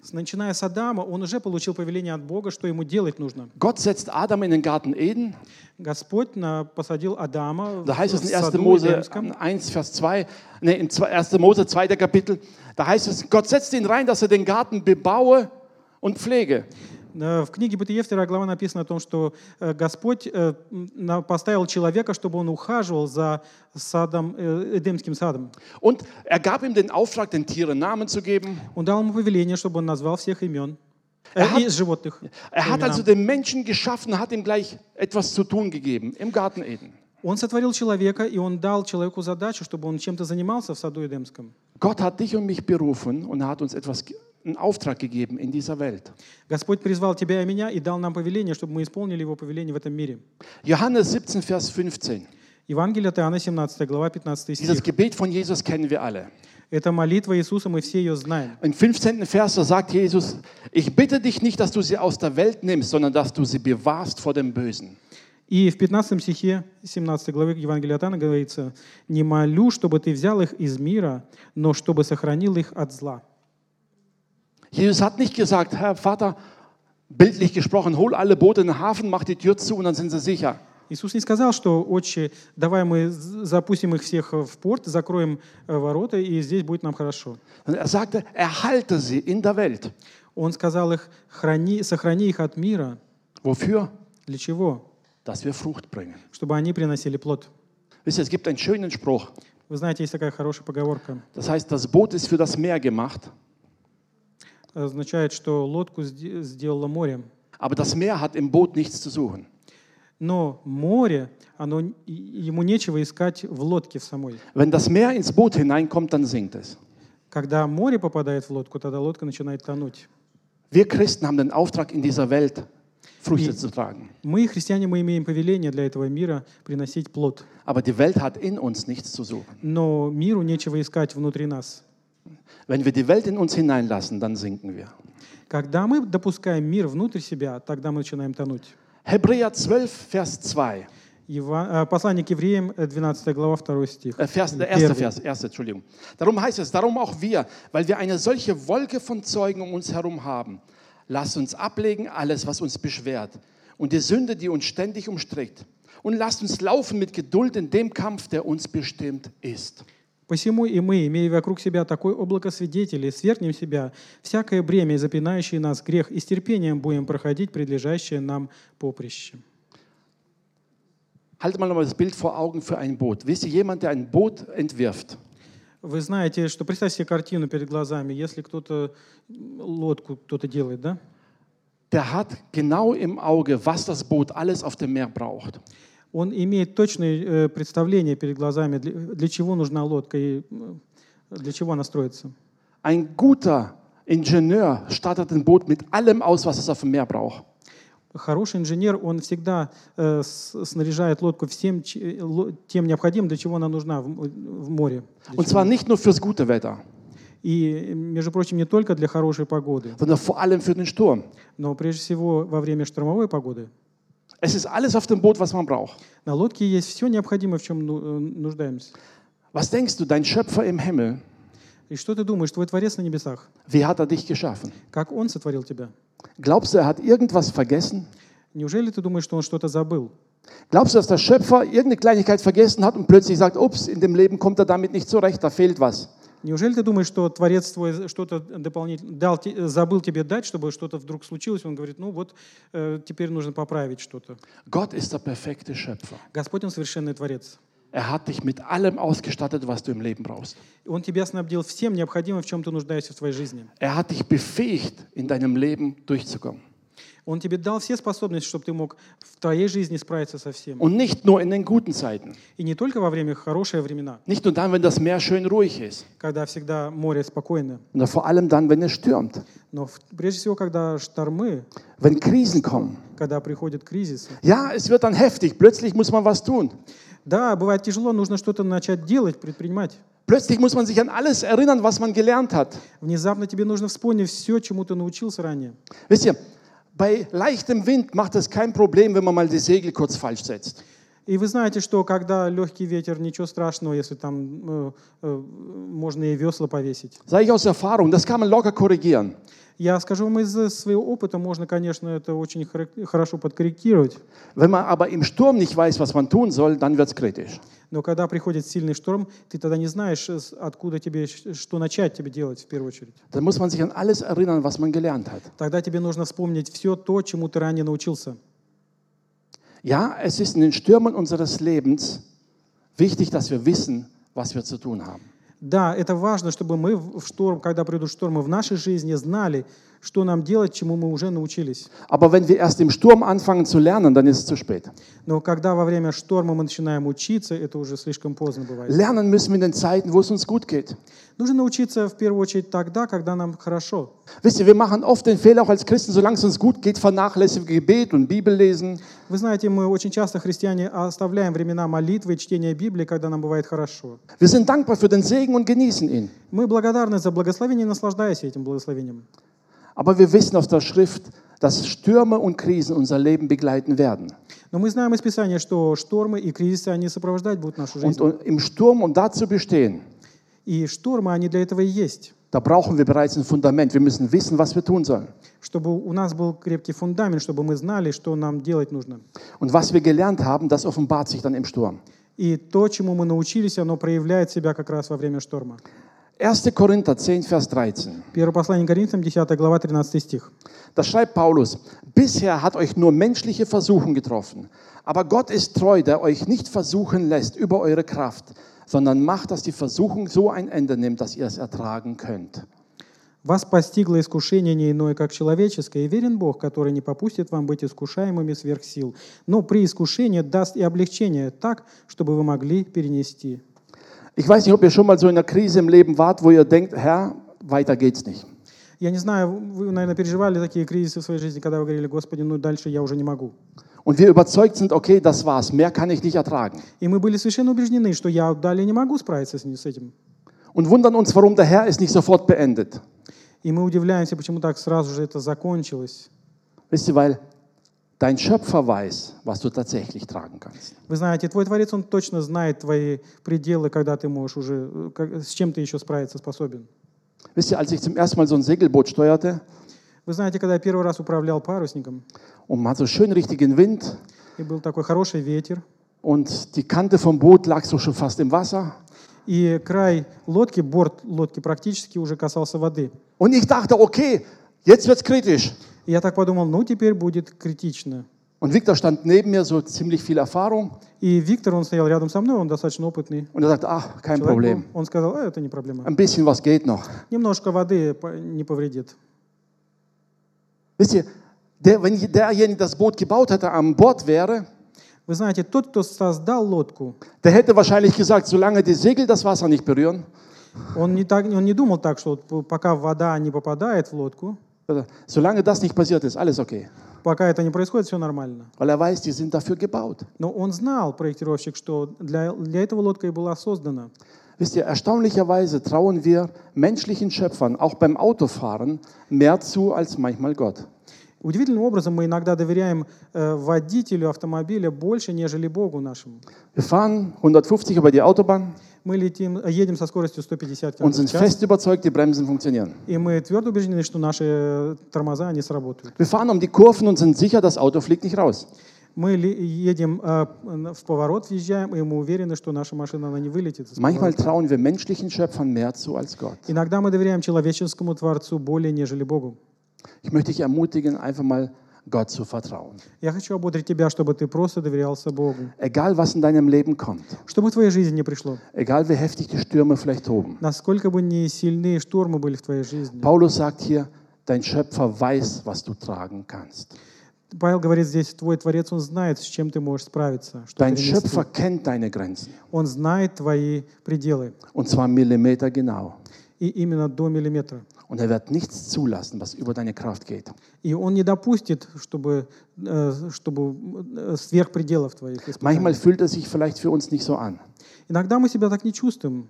[SPEAKER 2] С- Начиная с Адама, он уже получил повеление от Бога, что ему делать нужно.
[SPEAKER 1] Gott setzt Adam in den Garten Eden.
[SPEAKER 2] Господь на- посадил Адама в,
[SPEAKER 1] Da heißt es in
[SPEAKER 2] в
[SPEAKER 1] 1.
[SPEAKER 2] саду
[SPEAKER 1] Mose
[SPEAKER 2] Эдемском.
[SPEAKER 1] 1, Vers 2, nee, in 2 1. Mose 2. Kapitel, da heißt es, Gott setzt ihn rein, dass er den Garten bebaue und pflege.
[SPEAKER 2] Э, В книге Бытие 2 глава написано о том, что э, Господь э, м, на- поставил человека, чтобы он ухаживал за садом, э, Эдемским садом.
[SPEAKER 1] Und er gab ihm den Auftrag, den Tieren Namen zu geben.
[SPEAKER 2] Он дал ему повеление, чтобы он назвал всех имен
[SPEAKER 1] Er hat-
[SPEAKER 2] и животных.
[SPEAKER 1] Er hat
[SPEAKER 2] имена.
[SPEAKER 1] also den Menschen geschaffen, hat ihm gleich etwas zu tun gegeben im Garten Eden.
[SPEAKER 2] Он сотворил человека, и он дал человеку задачу, чтобы он чем-то занимался в саду Эдемском.
[SPEAKER 1] Gott hat dich und mich berufen und er hat uns etwas, ge- einen Auftrag gegeben in dieser Welt.
[SPEAKER 2] Господь призвал тебя и меня и дал нам повеление, чтобы мы исполнили Его повеление в этом мире.
[SPEAKER 1] Johannes 17, Vers 15.
[SPEAKER 2] Евангелие от Иоанна, 17 глава, 15
[SPEAKER 1] Dieses
[SPEAKER 2] стих.
[SPEAKER 1] Gebet von Jesus kennen wir alle.
[SPEAKER 2] Это молитва Иисуса, мы все ее знаем.
[SPEAKER 1] Im 15. Vers da sagt Jesus, ich bitte dich nicht, dass du sie aus der Welt nimmst, sondern dass du sie bewahrst vor dem Bösen.
[SPEAKER 2] И в 15 стихе 17 главы Евангелия от Иоанна говорится, «Не молю, чтобы ты взял их из мира, но чтобы сохранил их от зла».
[SPEAKER 1] Jesus hat nicht gesagt, Herr Vater, bildlich gesprochen, hol alle Boote in den Hafen, mach die Tür zu und dann sind sie sicher.
[SPEAKER 2] Иисус не сказал, что «Отче, давай мы з- запустим их всех в порт, закроем э, ворота, и здесь будет нам хорошо».
[SPEAKER 1] Sondern er sagte, erhalte sie in der Welt.
[SPEAKER 2] Он сказал их «Храни, «Сохрани их от мира».
[SPEAKER 1] Wofür?
[SPEAKER 2] Для чего?
[SPEAKER 1] Dass wir Frucht bringen.
[SPEAKER 2] Чтобы они приносили плод.
[SPEAKER 1] Wisst ihr, es gibt einen schönen Spruch.
[SPEAKER 2] Вы знаете, есть такая хорошая поговорка.
[SPEAKER 1] Das heißt, das Boot ist für das Meer gemacht,
[SPEAKER 2] Означает, что лодку сде- сделало море.
[SPEAKER 1] aber das Meer hat im Boot nichts zu suchen.
[SPEAKER 2] Но море, оно, н- и- ему нечего искать в лодке в самой.
[SPEAKER 1] Wenn das Meer ins Boot hineinkommt, dann sinkt es.
[SPEAKER 2] Когда море попадает в лодку, тогда лодка начинает тонуть.
[SPEAKER 1] Wir Christen haben den Auftrag, in dieser Welt Früchte zu tragen.
[SPEAKER 2] Мы, христиане, мы имеем повеление для этого мира приносить плод.
[SPEAKER 1] Aber die Welt hat in uns nichts zu suchen.
[SPEAKER 2] Но миру нечего искать внутри нас.
[SPEAKER 1] Wenn wir die Welt in uns hineinlassen, dann sinken wir.
[SPEAKER 2] Когда мы допускаем мир внутрь себя, тогда мы начинаем тонуть.
[SPEAKER 1] Hebräer 12, Vers 2.
[SPEAKER 2] Ева- э, Послание к евреям, э, 12 глава, 2 стих.
[SPEAKER 1] Äh, Vers, der
[SPEAKER 2] Первый.
[SPEAKER 1] erste Vers, erste, Entschuldigung. Darum heißt es, darum auch wir, weil wir eine solche Wolke von Zeugen um uns herum haben. Lasst uns ablegen alles, was uns beschwert und die Sünde, die uns ständig umstrickt. Und lasst uns laufen mit Geduld in dem Kampf, der uns bestimmt ist.
[SPEAKER 2] Посему и мы, имея вокруг себя такое облако свидетелей, свергнем себя всякое бремя, и запинающий нас грех, и с терпением будем проходить предлежащее нам поприще.
[SPEAKER 1] Haltet mal nochmal das Bild vor Augen für ein Boot. Wisst ihr, jemand, der ein Boot entwirft,
[SPEAKER 2] Вы знаете, что представьте себе картину перед глазами, если кто-то м, лодку кто-то делает, да?
[SPEAKER 1] der hat genau im Auge, was das Boot alles auf dem Meer braucht.
[SPEAKER 2] Он имеет точное э, представление перед глазами, для, для чего нужна лодка и м, для чего она строится.
[SPEAKER 1] Ein guter Ingenieur startet ein Boot mit allem aus, was es auf dem Meer braucht.
[SPEAKER 2] Хороший инженер, он всегда э, с- снаряжает лодку всем ч- э, ло- тем необходимым, для чего она нужна в, м- в море. Для
[SPEAKER 1] Und
[SPEAKER 2] чего.
[SPEAKER 1] zwar nicht nur fürs gute Wetter,
[SPEAKER 2] И, между прочим, не только для хорошей погоды,
[SPEAKER 1] sondern vor allem für den Sturm.
[SPEAKER 2] но прежде всего во время штормовой погоды.
[SPEAKER 1] Es ist alles auf dem Boot, was man braucht.
[SPEAKER 2] На лодке есть все необходимое, в чем ну- э, нуждаемся.
[SPEAKER 1] Was denkst du, dein Schöpfer im Himmel,
[SPEAKER 2] И что ты думаешь, твой Творец на небесах?
[SPEAKER 1] wie hat er dich geschaffen?
[SPEAKER 2] Как Он сотворил тебя?
[SPEAKER 1] Glaubst du, er hat irgendwas vergessen?
[SPEAKER 2] Неужели ты думаешь, что Он что-то забыл?
[SPEAKER 1] Glaubst du, dass der Schöpfer irgendeine Kleinigkeit vergessen hat und plötzlich sagt, ups, in dem Leben kommt er damit nicht zurecht, da fehlt was?
[SPEAKER 2] Неужели ты думаешь, что Творец твой что-то дополнительно дал, те- э, забыл тебе дать, чтобы что-то вдруг случилось? Он говорит, ну вот э, теперь нужно поправить что-то.
[SPEAKER 1] Gott ist der perfekte Schöpfer.
[SPEAKER 2] Господь, Он совершенный Творец.
[SPEAKER 1] Er hat dich mit allem ausgestattet, was du im Leben brauchst.
[SPEAKER 2] Он тебя снабдил всем необходимым, в чем ты нуждаешься в твоей жизни.
[SPEAKER 1] Er hat dich befähigt, in deinem Leben durchzukommen.
[SPEAKER 2] Он тебе дал все способности, чтобы ты мог в твоей жизни справиться со всем.
[SPEAKER 1] Und nicht nur in den guten Zeiten.
[SPEAKER 2] И не только во время хорошие времена,
[SPEAKER 1] Nicht nur dann, wenn das Meer schön ruhig ist,
[SPEAKER 2] когда всегда море спокойно,
[SPEAKER 1] sondern vor allem dann, wenn es stürmt,
[SPEAKER 2] но в- прежде всего, когда штормы,
[SPEAKER 1] wenn Krisen kommen.
[SPEAKER 2] когда приходят кризисы.
[SPEAKER 1] Ja, es wird dann heftig. Plötzlich muss man was tun.
[SPEAKER 2] Да, бывает тяжело, нужно что-то начать делать, предпринимать.
[SPEAKER 1] Plötzlich muss man sich an alles erinnern, was man gelernt hat.
[SPEAKER 2] Внезапно тебе нужно вспомнить все, чему ты научился ранее.
[SPEAKER 1] Wisst ihr, bei leichtem Wind macht es kein Problem, wenn man mal die Segel kurz falsch setzt.
[SPEAKER 2] И вы знаете, что когда легкий ветер, ничего страшного, если там э, э, можно и весла повесить.
[SPEAKER 1] Sage ich aus Erfahrung, das kann man locker korrigieren.
[SPEAKER 2] Я скажу вам из своего опыта, можно, конечно, это очень хорек- хорошо подкорректировать.
[SPEAKER 1] Wenn man aber im Sturm nicht weiß, was man tun soll, dann wird es kritisch.
[SPEAKER 2] Но когда приходит сильный шторм, ты тогда не знаешь, э, с- откуда тебе, щ- что начать тебе делать в первую очередь.
[SPEAKER 1] Dann muss man sich an alles erinnern, was man gelernt hat.
[SPEAKER 2] Тогда тебе нужно вспомнить все то, чему ты ранее научился.
[SPEAKER 1] Ja, es ist in den Stürmen unseres Lebens wichtig, dass wir wissen, was wir zu tun haben.
[SPEAKER 2] Да, это важно, чтобы мы в в шторм, когда придут штормы в нашей жизни, знали, что нам делать, чему мы уже научились.
[SPEAKER 1] Aber wenn wir erst im Sturm anfangen zu lernen, dann ist es zu spät.
[SPEAKER 2] Но когда во время шторма мы начинаем учиться, это уже слишком поздно бывает.
[SPEAKER 1] Lernen müssen wir in den Zeiten, wo es uns gut geht.
[SPEAKER 2] Нужно научиться в первую очередь тогда, когда нам хорошо.
[SPEAKER 1] Wisst ihr, wir machen oft den Fehler, auch als Christen, solange es uns gut geht, vernachlässigen wir Gebet und Bibellesen.
[SPEAKER 2] Вы знаете, мы очень часто, христиане, оставляем времена молитвы и чтения Библии, когда нам бывает хорошо.
[SPEAKER 1] Wir sind dankbar für den Segen und genießen ihn.
[SPEAKER 2] Мы благодарны за благословение и наслаждаясь этим благословением.
[SPEAKER 1] Aber wir wissen aus der Schrift, dass Stürme und Krisen unser Leben begleiten werden.
[SPEAKER 2] Но мы знаем из Писания, что штормы и кризисы, они сопровождать будут нашу
[SPEAKER 1] Und
[SPEAKER 2] жизнь.
[SPEAKER 1] im Sturm, um da zu bestehen,
[SPEAKER 2] И штормы, они для этого и есть.
[SPEAKER 1] da brauchen wir bereits ein Fundament. Wir müssen wissen, was wir tun sollen.
[SPEAKER 2] Чтобы у нас был крепкий фундамент, чтобы мы знали, что нам делать нужно.
[SPEAKER 1] Und was wir gelernt haben, das offenbart sich dann im Sturm.
[SPEAKER 2] И то, чему мы научились, оно проявляет себя как раз во время шторма.
[SPEAKER 1] 1. Korinther 10, Vers 13.
[SPEAKER 2] Первое послание Коринфянам, 10 глава, 13 стих.
[SPEAKER 1] Da schreibt Paulus, bisher hat euch nur menschliche Versuchung getroffen, aber Gott ist treu, der euch nicht versuchen lässt über eure Kraft, sondern macht, dass die Versuchung so ein Ende nimmt, dass ihr es ertragen könnt.
[SPEAKER 2] Вас постигло искушение не иное, как человеческое, и верен Бог, который не попустит вам быть искушаемыми сверх сил, но при искушении даст и облегчение так, чтобы вы могли перенести.
[SPEAKER 1] Ich weiß nicht, ob ihr schon mal so in einer Krise im Leben wart, wo ihr denkt, Herr, weiter geht's nicht.
[SPEAKER 2] Я не знаю, вы, наверное, переживали такие кризисы в своей жизни, когда вы говорили, Господи, ну дальше я уже не могу.
[SPEAKER 1] Und wir überzeugt sind, okay, das war's, mehr kann ich nicht ertragen.
[SPEAKER 2] И мы были совершенно убеждены, что я далее не могу справиться с, ним- с этим.
[SPEAKER 1] Und wundern uns, warum der Herr es nicht sofort beendet.
[SPEAKER 2] И мы удивляемся, почему так сразу же это закончилось.
[SPEAKER 1] Wisst ihr, weil Dein Schöpfer weiß, was du tatsächlich tragen kannst.
[SPEAKER 2] Вы знаете, твой Творец, он точно знает твои пределы, когда ты можешь уже, э, как- с чем ты еще справиться способен.
[SPEAKER 1] Wisst ihr, als ich zum ersten Mal so ein Segelboot steuerte
[SPEAKER 2] Вы знаете, когда я первый раз управлял парусником,
[SPEAKER 1] und man hat so schön richtigen Wind
[SPEAKER 2] и был такой хороший ветер,
[SPEAKER 1] und die Kante vom Boot lag so schon fast im Wasser
[SPEAKER 2] и край лодки, борт лодки практически уже касался воды.
[SPEAKER 1] und ich dachte, okay, jetzt wird's kritisch.
[SPEAKER 2] И я так подумал, ну теперь будет критично.
[SPEAKER 1] Und Victor stand neben mir, so ziemlich viel Erfahrung
[SPEAKER 2] И Виктор, он стоял рядом со мной, он достаточно опытный.
[SPEAKER 1] und er sagte, ach, kein
[SPEAKER 2] человек был.
[SPEAKER 1] Problem.
[SPEAKER 2] Он сказал, а, это не проблема.
[SPEAKER 1] Ein bisschen was geht noch.
[SPEAKER 2] Немножко воды по- не повредит.
[SPEAKER 1] Wisst ihr, der, wenn derjenige das Boot gebaut hätte, an Bord wäre,
[SPEAKER 2] Вы знаете, тот, кто создал лодку,
[SPEAKER 1] der hätte wahrscheinlich gesagt, solange die Segel das Wasser nicht berühren,
[SPEAKER 2] он не, так, он не думал так, что вот п- пока вода не попадает в лодку,
[SPEAKER 1] äh, solange das nicht passiert ist, alles okay.
[SPEAKER 2] пока это не происходит, все нормально.
[SPEAKER 1] Weil er weiß, die sind dafür gebaut.
[SPEAKER 2] Но он знал, проектировщик, что для, для этого лодка и была создана.
[SPEAKER 1] Wisst ihr, erstaunlicherweise trauen wir menschlichen Schöpfern, auch beim Autofahren, mehr zu als manchmal Gott.
[SPEAKER 2] Удивительным образом мы иногда доверяем э, водителю автомобиля больше, нежели Богу нашему.
[SPEAKER 1] Wir fahren 150 über die Autobahn
[SPEAKER 2] Мы летим, э, едем со скоростью 150
[SPEAKER 1] und
[SPEAKER 2] км
[SPEAKER 1] sind
[SPEAKER 2] в час,
[SPEAKER 1] fest überzeugt, die Bremsen funktionieren.
[SPEAKER 2] и мы твердо убеждены, что наши э, тормоза не сработают.
[SPEAKER 1] Wir fahren um die Kurven und sind sicher, das Auto fliegt nicht raus.
[SPEAKER 2] Мы ли- едем э, н- в поворот, въезжаем, и мы уверены, что наша машина она не вылетит. из
[SPEAKER 1] Manchmal
[SPEAKER 2] поворота.
[SPEAKER 1] trauen wir menschlichen Schöpfern mehr zu als Gott.
[SPEAKER 2] Иногда мы доверяем человеческому Творцу более, нежели Богу.
[SPEAKER 1] Ich möchte dich ermutigen, einfach mal Gott zu vertrauen.
[SPEAKER 2] Я хочу ободрить тебя, чтобы ты просто доверялся Богу.
[SPEAKER 1] Egal, was in deinem Leben kommt,
[SPEAKER 2] Чтобы в твоей жизни не пришло.
[SPEAKER 1] egal wie heftig die Stürme vielleicht toben.
[SPEAKER 2] Насколько бы ни сильные штормы были в твоей жизни.
[SPEAKER 1] Paulus sagt hier, dein Schöpfer weiß, was du tragen kannst.
[SPEAKER 2] Павел говорит здесь, твой Творец, он знает, с чем ты можешь справиться. Что
[SPEAKER 1] Dein
[SPEAKER 2] перенести.
[SPEAKER 1] Schöpfer kennt deine Grenzen.
[SPEAKER 2] Он знает твои пределы.
[SPEAKER 1] Und zwar millimetergenau.
[SPEAKER 2] И именно до миллиметра.
[SPEAKER 1] Und er wird nichts zulassen, was über deine Kraft geht.
[SPEAKER 2] И он не допустит, чтобы, э, чтобы э, сверх пределов твоих испытаний.
[SPEAKER 1] Manchmal fühlt es sich vielleicht für uns nicht so an.
[SPEAKER 2] Иногда мы себя так не чувствуем,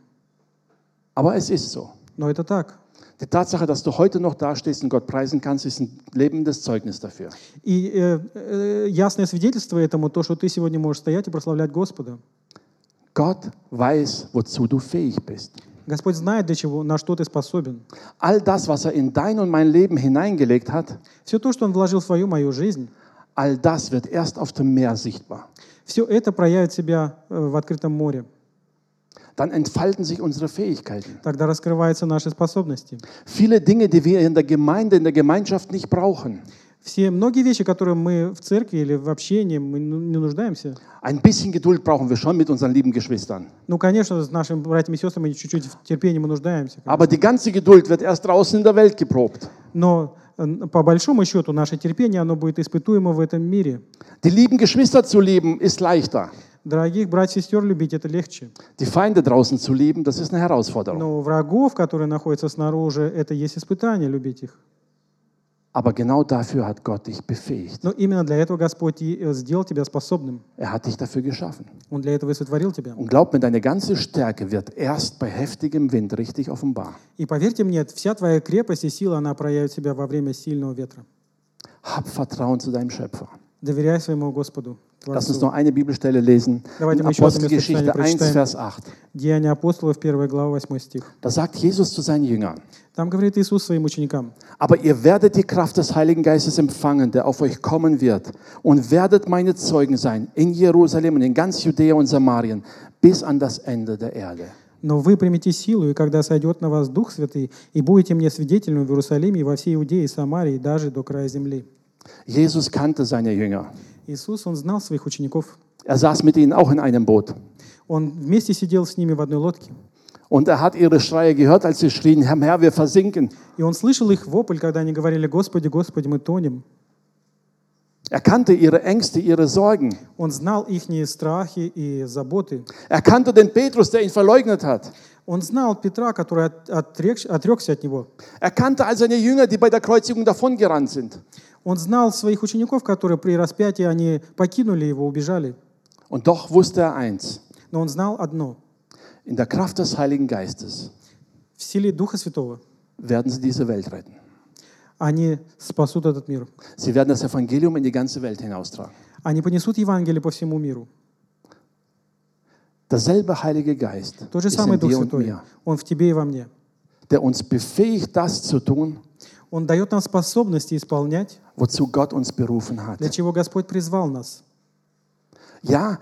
[SPEAKER 1] Aber es ist so.
[SPEAKER 2] но это так.
[SPEAKER 1] Die Tatsache, dass du heute noch dastehst und Gott preisen kannst, ist ein lebendes Zeugnis dafür.
[SPEAKER 2] И э, э, ясное свидетельство этому то, что ты сегодня можешь стоять и прославлять Господа.
[SPEAKER 1] Gott weiß, wozu du fähig bist.
[SPEAKER 2] Господь знает, для чего, на что ты способен.
[SPEAKER 1] All das, was er in dein und mein Leben hineingelegt hat,
[SPEAKER 2] Все то, что Он вложил в свою мою жизнь,
[SPEAKER 1] all das wird erst auf dem Meer sichtbar.
[SPEAKER 2] все это проявит себя э, в открытом море.
[SPEAKER 1] Dann entfalten sich unsere Fähigkeiten.
[SPEAKER 2] Тогда раскрываются наши способности.
[SPEAKER 1] Viele Dinge, die wir in der Gemeinde, in der Gemeinschaft nicht brauchen.
[SPEAKER 2] Все многие вещи, которые мы в церкви или в общении, мы ну, не нуждаемся.
[SPEAKER 1] Ein bisschen Geduld brauchen wir schon mit unseren lieben Geschwistern.
[SPEAKER 2] Ну, конечно, с нашими братьями и сестрами чуть-чуть в терпении мы нуждаемся.
[SPEAKER 1] Aber die ganze Geduld wird erst draußen in der Welt geprobt.
[SPEAKER 2] Но э, по большому счету наше терпение, оно будет испытуемо в этом мире.
[SPEAKER 1] Die lieben Geschwister zu lieben, ist leichter.
[SPEAKER 2] Дорогих братьев и сестер любить это легче.
[SPEAKER 1] Die Feinde draußen zu lieben, das ist eine Herausforderung.
[SPEAKER 2] Но врагов, которые находятся снаружи, это есть испытание любить их.
[SPEAKER 1] Aber genau dafür hat Gott dich befähigt.
[SPEAKER 2] Но именно для этого Господь и э, сделал тебя способным.
[SPEAKER 1] Er hat dich dafür geschaffen.
[SPEAKER 2] Он для этого и сотворил тебя.
[SPEAKER 1] Und glaub mir, deine ganze Stärke wird erst bei heftigem Wind richtig offenbar.
[SPEAKER 2] И поверьте мне, вся твоя крепость и сила, она проявит себя во время сильного ветра.
[SPEAKER 1] Hab Vertrauen zu deinem Schöpfer.
[SPEAKER 2] Доверяй своему Господу.
[SPEAKER 1] Lass uns
[SPEAKER 2] Творцу.
[SPEAKER 1] noch eine Bibelstelle lesen.
[SPEAKER 2] Давайте
[SPEAKER 1] In
[SPEAKER 2] мы еще одно
[SPEAKER 1] Apostelgeschichte
[SPEAKER 2] местописание
[SPEAKER 1] 1,
[SPEAKER 2] прочитаем.
[SPEAKER 1] Vers 8.
[SPEAKER 2] Деяния апостолов, 1 глава, 8 стих.
[SPEAKER 1] Da sagt Jesus zu seinen Jüngern,
[SPEAKER 2] Там говорит Иисус своим ученикам,
[SPEAKER 1] aber ihr werdet die Kraft des Heiligen Geistes empfangen, der auf euch kommen wird, und werdet meine Zeugen sein in Jerusalem und in ganz Judäa und Samarien bis an das Ende der Erde.
[SPEAKER 2] «Но вы примите силу, и когда сойдет на вас Дух Святый, и будете мне свидетелями в Иерусалиме и во всей Иудее и Самарии, и даже до края земли».
[SPEAKER 1] Jesus kannte seine Jünger.
[SPEAKER 2] Иисус, Он знал своих учеников.
[SPEAKER 1] Er saß mit ihnen auch in einem Boot.
[SPEAKER 2] Он вместе сидел с ними в одной лодке.
[SPEAKER 1] Und er hat ihre Schreie gehört, als sie schrien, Herr, Herr, wir versinken.
[SPEAKER 2] И он слышал их вопль, когда они говорили, «Господи, Господи, мы тонем».
[SPEAKER 1] Er kannte ihre Ängste, ihre Sorgen.
[SPEAKER 2] Он знал их страхи и заботы.
[SPEAKER 1] Er kannte den Petrus, der ihn verleugnet hat.
[SPEAKER 2] Он знал Петра, который от- отрекш- отрекся от него.
[SPEAKER 1] Er kannte all seine Jünger, die bei der Kreuzigung davongerannt sind.
[SPEAKER 2] Он знал своих учеников, которые при распятии, они покинули его, убежали.
[SPEAKER 1] Und doch wusste er eins,
[SPEAKER 2] Но он знал одно.
[SPEAKER 1] in der Kraft des Heiligen Geistes
[SPEAKER 2] В силе Духа Святого
[SPEAKER 1] werden sie diese Welt retten.
[SPEAKER 2] они спасут этот мир.
[SPEAKER 1] Sie werden das Evangelium in die ganze Welt hinaustragen.
[SPEAKER 2] Они понесут Евангелие по всему миру.
[SPEAKER 1] Derselbe Heilige Geist
[SPEAKER 2] Тот же
[SPEAKER 1] ist
[SPEAKER 2] самый
[SPEAKER 1] in
[SPEAKER 2] Дух
[SPEAKER 1] dir und
[SPEAKER 2] Святой.
[SPEAKER 1] mir,
[SPEAKER 2] Он в тебе и во мне.
[SPEAKER 1] der uns befähigt, das zu tun,
[SPEAKER 2] Он дает нам способности исполнять,
[SPEAKER 1] wozu Gott uns berufen hat.
[SPEAKER 2] для чего Господь призвал нас.
[SPEAKER 1] Ja,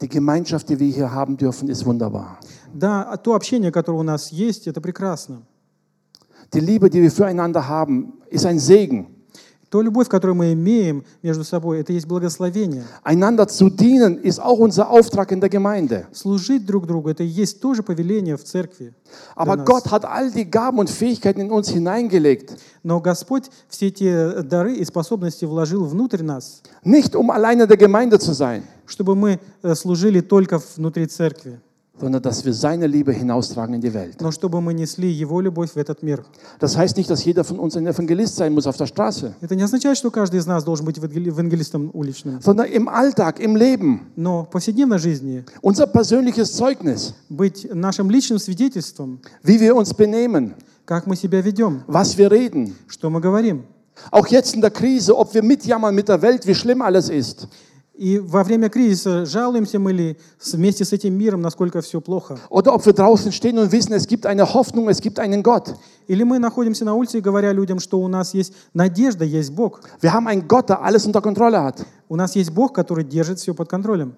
[SPEAKER 1] die Gemeinschaft, die wir hier haben dürfen, ist wunderbar.
[SPEAKER 2] Да, а то общение, которое у нас есть, это прекрасно.
[SPEAKER 1] Die Liebe, die wir füreinander haben, ist ein Segen.
[SPEAKER 2] То любовь, которую мы имеем между собой, это есть благословение.
[SPEAKER 1] Einander zu dienen, ist auch unser Auftrag in der Gemeinde.
[SPEAKER 2] Служить друг другу, это и есть тоже повеление в церкви.
[SPEAKER 1] Aber
[SPEAKER 2] Genau.
[SPEAKER 1] Gott hat all die Gaben und Fähigkeiten in uns hineingelegt.
[SPEAKER 2] Но Господь все эти дары и способности вложил внутрь нас,
[SPEAKER 1] Nicht um alleine der Gemeinde zu sein,
[SPEAKER 2] чтобы мы э, служили только внутри церкви,
[SPEAKER 1] sondern dass wir seine Liebe hinaustragen in die Welt.
[SPEAKER 2] но чтобы мы несли Его любовь в этот мир.
[SPEAKER 1] Das heißt nicht, dass jeder von uns ein Evangelist sein muss auf der Straßе,
[SPEAKER 2] Это не означает, что каждый из нас должен быть евангели- евангелистом уличным,
[SPEAKER 1] sondern im Alltag, im Leben,
[SPEAKER 2] но в повседневной жизни
[SPEAKER 1] unser persönliches Zeugnis,
[SPEAKER 2] быть нашим личным свидетельством,
[SPEAKER 1] wie wir uns benehmen,
[SPEAKER 2] как мы себя ведем,
[SPEAKER 1] was wir reden.
[SPEAKER 2] что мы говорим.
[SPEAKER 1] Auch jetzt in der Krise, ob wir mitjammern mit der Welt, wie schlimm alles ist.
[SPEAKER 2] И во время кризиса жалуемся мы ли с- вместе с этим миром, насколько все плохо?
[SPEAKER 1] Oder ob wir draußen stehen und wissen, es gibt eine Hoffnung, es gibt einen Gott.
[SPEAKER 2] Или мы находимся на улице и говоря людям, что у нас есть надежда, есть Бог.
[SPEAKER 1] Wir haben einen Gott, der alles unter Kontrolle hat.
[SPEAKER 2] У нас есть Бог, который держит все под контролем.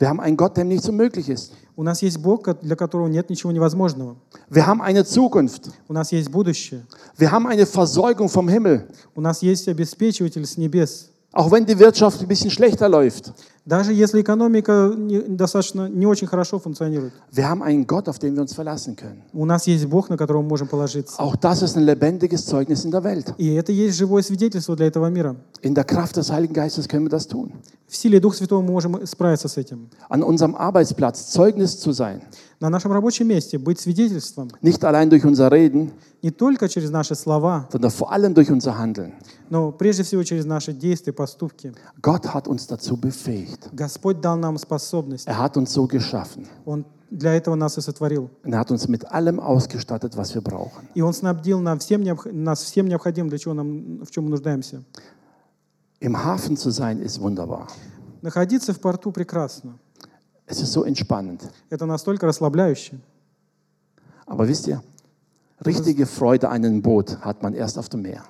[SPEAKER 1] Wir haben einen Gott, dem nichts unmöglich ist.
[SPEAKER 2] У нас есть Бог, ко- для которого нет ничего невозможного.
[SPEAKER 1] Wir haben eine Zukunft.
[SPEAKER 2] У нас есть будущее.
[SPEAKER 1] Wir haben eine Versorgung vom Himmel.
[SPEAKER 2] У нас есть обеспечиватель с небес.
[SPEAKER 1] Auch wenn die Wirtschaft ein bisschen schlechter läuft.
[SPEAKER 2] Даже если экономика не- достаточно не очень хорошо функционирует,
[SPEAKER 1] Wir haben einen Gott, auf den wir uns verlassen können.
[SPEAKER 2] у нас есть Бог, на которого мы можем положиться.
[SPEAKER 1] Auch das ist ein lebendiges Zeugnis in der Welt.
[SPEAKER 2] И это есть живое свидетельство для этого мира.
[SPEAKER 1] In der Kraft des Heiligen Geistes können wir das tun.
[SPEAKER 2] В силе Духа Святого мы можем справиться с этим.
[SPEAKER 1] An unserem Arbeitsplatz Zeugnis zu sein.
[SPEAKER 2] На нашем рабочем месте быть свидетельством
[SPEAKER 1] Nicht allein durch unser Reden,
[SPEAKER 2] не только через наши слова,
[SPEAKER 1] sondern vor allem durch unser Handeln.
[SPEAKER 2] но прежде всего через наши действия, поступки.
[SPEAKER 1] Gott hat uns dazu befähigt.
[SPEAKER 2] Господь дал нам способность.
[SPEAKER 1] Er hat uns so geschaffen.
[SPEAKER 2] Он для этого нас и сотворил.
[SPEAKER 1] Und er hat uns mit allem ausgestattet, was wir brauchen.
[SPEAKER 2] И Он снабдил нам всем необх- нас всем необходимым, для чего нам, в чем мы нуждаемся.
[SPEAKER 1] Im Hafen zu sein ist wunderbar.
[SPEAKER 2] Находиться в порту прекрасно.
[SPEAKER 1] Es ist so entspannend.
[SPEAKER 2] Это настолько расслабляюще.
[SPEAKER 1] Aber wisst ihr, richtige Freude an einem Boot hat man erst auf dem Meer.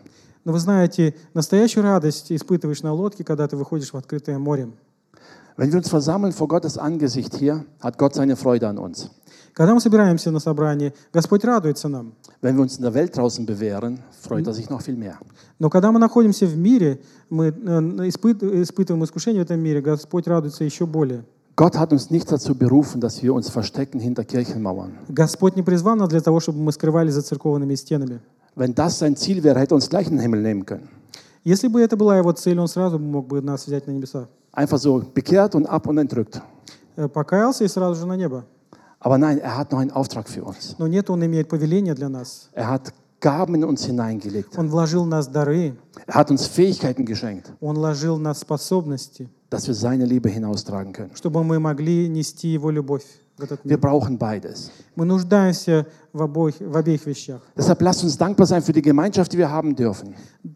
[SPEAKER 2] Но вы знаете, настоящую радость испытываешь на лодке, когда ты выходишь в открытое море.
[SPEAKER 1] Wenn wir uns versammeln vor Gottes Angesicht hier, hat Gott seine Freude an uns.
[SPEAKER 2] Когда мы собираемся на собрании, Господь радуется нам.
[SPEAKER 1] Wenn wir uns in der Welt draußen bewähren, freut er sich noch viel mehr.
[SPEAKER 2] Но когда мы находимся в мире, мы э, испыт- испытываем искушение в этом мире, Господь радуется еще более.
[SPEAKER 1] Gott hat uns nicht dazu berufen, dass wir uns verstecken hinter Kirchenmauern.
[SPEAKER 2] Господь не призвал нас для того, чтобы мы скрывались за церковными стенами.
[SPEAKER 1] Wenn das sein Ziel wäre, hätte er uns gleich in den Himmel nehmen können.
[SPEAKER 2] Если бы это была его цель, он сразу мог бы нас взять на небеса.
[SPEAKER 1] Einfach so bekehrt und ab und entrückt.
[SPEAKER 2] Э, Покаялся и сразу же на небо.
[SPEAKER 1] Aber nein, er hat noch einen Auftrag für uns.
[SPEAKER 2] Но нет, он имеет повеление для нас.
[SPEAKER 1] Er hat Gaben in uns hineingelegt.
[SPEAKER 2] Он вложил в нас дары,
[SPEAKER 1] Er hat uns Fähigkeiten geschenkt,
[SPEAKER 2] он вложил в нас способности,
[SPEAKER 1] dass wir seine Liebe hinaustragen können.
[SPEAKER 2] чтобы мы могли нести его любовь в этот
[SPEAKER 1] Wir
[SPEAKER 2] мир.
[SPEAKER 1] brauchen beides.
[SPEAKER 2] Мы нуждаемся в, обоих, в обеих вещах.
[SPEAKER 1] Deshalb lasst uns dankbar sein für die Gemeinschaft, die wir haben dürfen.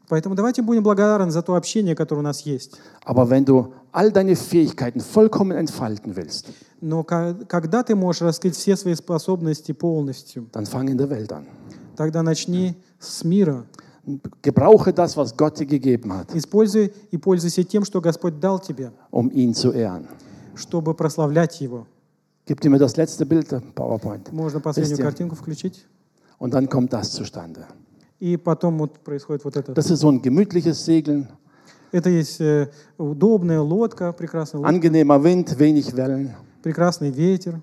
[SPEAKER 2] Поэтому давайте будем благодарны за то общение, которое у нас есть.
[SPEAKER 1] Aber wenn du all deine Fähigkeiten vollkommen entfalten willst,
[SPEAKER 2] Но ко- когда ты можешь раскрыть все свои способности полностью,
[SPEAKER 1] dann fang in der Welt an.
[SPEAKER 2] тогда начни с мира.
[SPEAKER 1] Gebrauche das, was Gott dir gegeben hat,
[SPEAKER 2] Используй и пользуйся тем, что Господь дал тебе,
[SPEAKER 1] um ihn zu ehren.
[SPEAKER 2] чтобы прославлять Его.
[SPEAKER 1] Gib dir mir das letzte Bild, äh, PowerPoint.
[SPEAKER 2] Можно
[SPEAKER 1] Wisst
[SPEAKER 2] последнюю
[SPEAKER 1] ihr?
[SPEAKER 2] картинку включить.
[SPEAKER 1] Und dann kommt das zustande.
[SPEAKER 2] И потом вот происходит вот это.
[SPEAKER 1] Das ist so ein gemütliches Segeln,
[SPEAKER 2] Это есть э, удобная лодка, прекрасная лодка,
[SPEAKER 1] angenehmer Wind, wenig Wellen.
[SPEAKER 2] прекрасный ветер.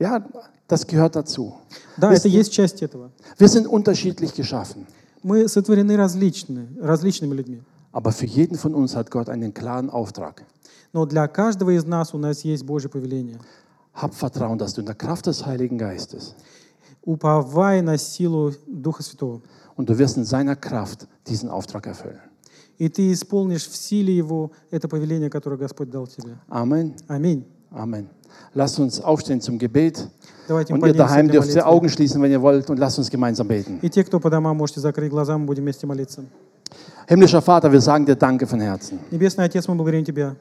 [SPEAKER 1] Ja, das gehört dazu.
[SPEAKER 2] Да,
[SPEAKER 1] Wisst
[SPEAKER 2] это
[SPEAKER 1] ihr-
[SPEAKER 2] есть часть этого.
[SPEAKER 1] Wir sind unterschiedlich geschaffen,
[SPEAKER 2] Мы сотворены различны, различными людьми.
[SPEAKER 1] aber für jeden von uns hat Gott einen klaren Auftrag.
[SPEAKER 2] Но для каждого из нас у нас есть Божье повеление.
[SPEAKER 1] Hab Vertrauen, dass du in der Kraft des Heiligen Geistes
[SPEAKER 2] Уповай на силу Духа Святого.
[SPEAKER 1] und du wirst in seiner Kraft diesen Auftrag erfüllen.
[SPEAKER 2] И ты исполнишь в силе Его это повеление, которое Господь дал тебе.
[SPEAKER 1] Amen.
[SPEAKER 2] Аминь.
[SPEAKER 1] Amen. Lasst uns aufstehen zum Gebet.
[SPEAKER 2] Давайте мы
[SPEAKER 1] Und ihr
[SPEAKER 2] поднимемся
[SPEAKER 1] daheim
[SPEAKER 2] для
[SPEAKER 1] dürft ihr
[SPEAKER 2] молитвы.
[SPEAKER 1] Augen schließen, wenn ihr wollt, und lasst uns gemeinsam beten.
[SPEAKER 2] И те, кто по домам, можете закрыть глаза, мы будем вместе молиться.
[SPEAKER 1] Himmlischer Vater, wir sagen dir Danke von Herzen.
[SPEAKER 2] Небесный Отец, мы благодарим Тебя.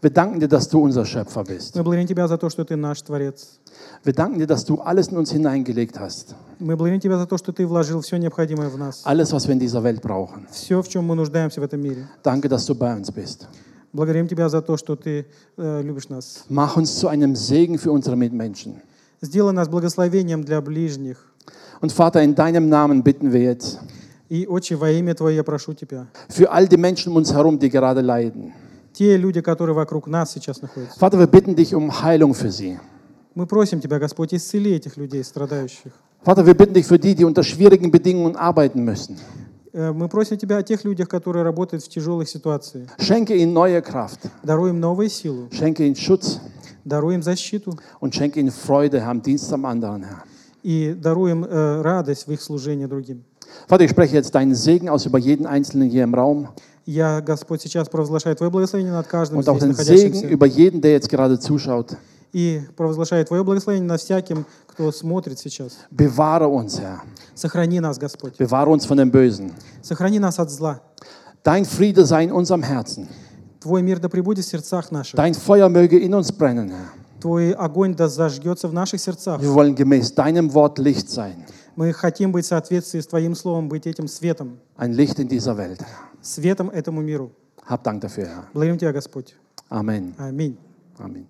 [SPEAKER 1] Wir danken dir, dass du unser Schöpfer bist.
[SPEAKER 2] Мы благодарим Тебя за то, что Ты наш Творец.
[SPEAKER 1] Wir danken dir, dass du alles in uns hineingelegt hast.
[SPEAKER 2] Мы благодарим Тебя за то, что Ты вложил все необходимое в нас.
[SPEAKER 1] Alles, was wir in dieser Welt brauchen.
[SPEAKER 2] Все, в чем мы нуждаемся в этом мире.
[SPEAKER 1] Danke, dass du bei uns bist.
[SPEAKER 2] Благодарим Тебя за то, что Ты э, любишь нас.
[SPEAKER 1] Mach uns zu einem Segen für unsere Mitmenschen.
[SPEAKER 2] Сделай нас благословением для ближних.
[SPEAKER 1] Und Vater, in deinem Namen bitten wir jetzt
[SPEAKER 2] И, Отче, во имя Твое я прошу Тебя.
[SPEAKER 1] für all die Menschen um uns herum, die gerade leiden.
[SPEAKER 2] Те люди, которые вокруг нас сейчас находятся.
[SPEAKER 1] Vater, wir bitten dich um Heilung für sie.
[SPEAKER 2] Мы просим Тебя, Господь, исцели этих людей, страдающих.
[SPEAKER 1] Vater, wir bitten dich für die, die unter schwierigen Bedingungen arbeiten müssen.
[SPEAKER 2] Э, Мы просим Тебя о тех людях, которые работают в тяжелых ситуациях.
[SPEAKER 1] Schenke ihnen neue Kraft,
[SPEAKER 2] Даруй им новую силу,
[SPEAKER 1] schenke ihnen Schutz
[SPEAKER 2] даруй им защиту
[SPEAKER 1] und schenke ihnen Freude am Dienst am anderen, Herr.
[SPEAKER 2] и даруй им э, радость в их служении другим.
[SPEAKER 1] Vater, ich spreche jetzt deinen Segen aus über jeden Einzelnen hier im Raum
[SPEAKER 2] Я, Господь, сейчас провозглашаю Твое благословение над каждым
[SPEAKER 1] und auch
[SPEAKER 2] здесь
[SPEAKER 1] den Segen
[SPEAKER 2] находящимся.
[SPEAKER 1] über jeden, der jetzt gerade zuschaut.
[SPEAKER 2] И провозглашаю Твое благословение над всяким, кто смотрит сейчас.
[SPEAKER 1] Bewahre uns, Herr.
[SPEAKER 2] Сохрани нас, Господь.
[SPEAKER 1] Bewahre uns von dem Bösen.
[SPEAKER 2] Сохрани нас от зла.
[SPEAKER 1] Dein Friede sei in unserem Herzen.
[SPEAKER 2] Твой мир да пребудет в сердцах наших.
[SPEAKER 1] Dein Feuer möge in uns brennen, Herr.
[SPEAKER 2] Твой огонь да зажгется в наших сердцах.
[SPEAKER 1] Wir wollen gemäß deinem Wort Licht sein.
[SPEAKER 2] Мы хотим быть в соответствии с Твоим Словом, быть этим светом,
[SPEAKER 1] Ein Licht in dieser Welt.
[SPEAKER 2] светом этому миру.
[SPEAKER 1] Hab Dank dafür, Herr.
[SPEAKER 2] Благодарим Тебя, Господь.
[SPEAKER 1] Amen.
[SPEAKER 2] Аминь.
[SPEAKER 1] Amen.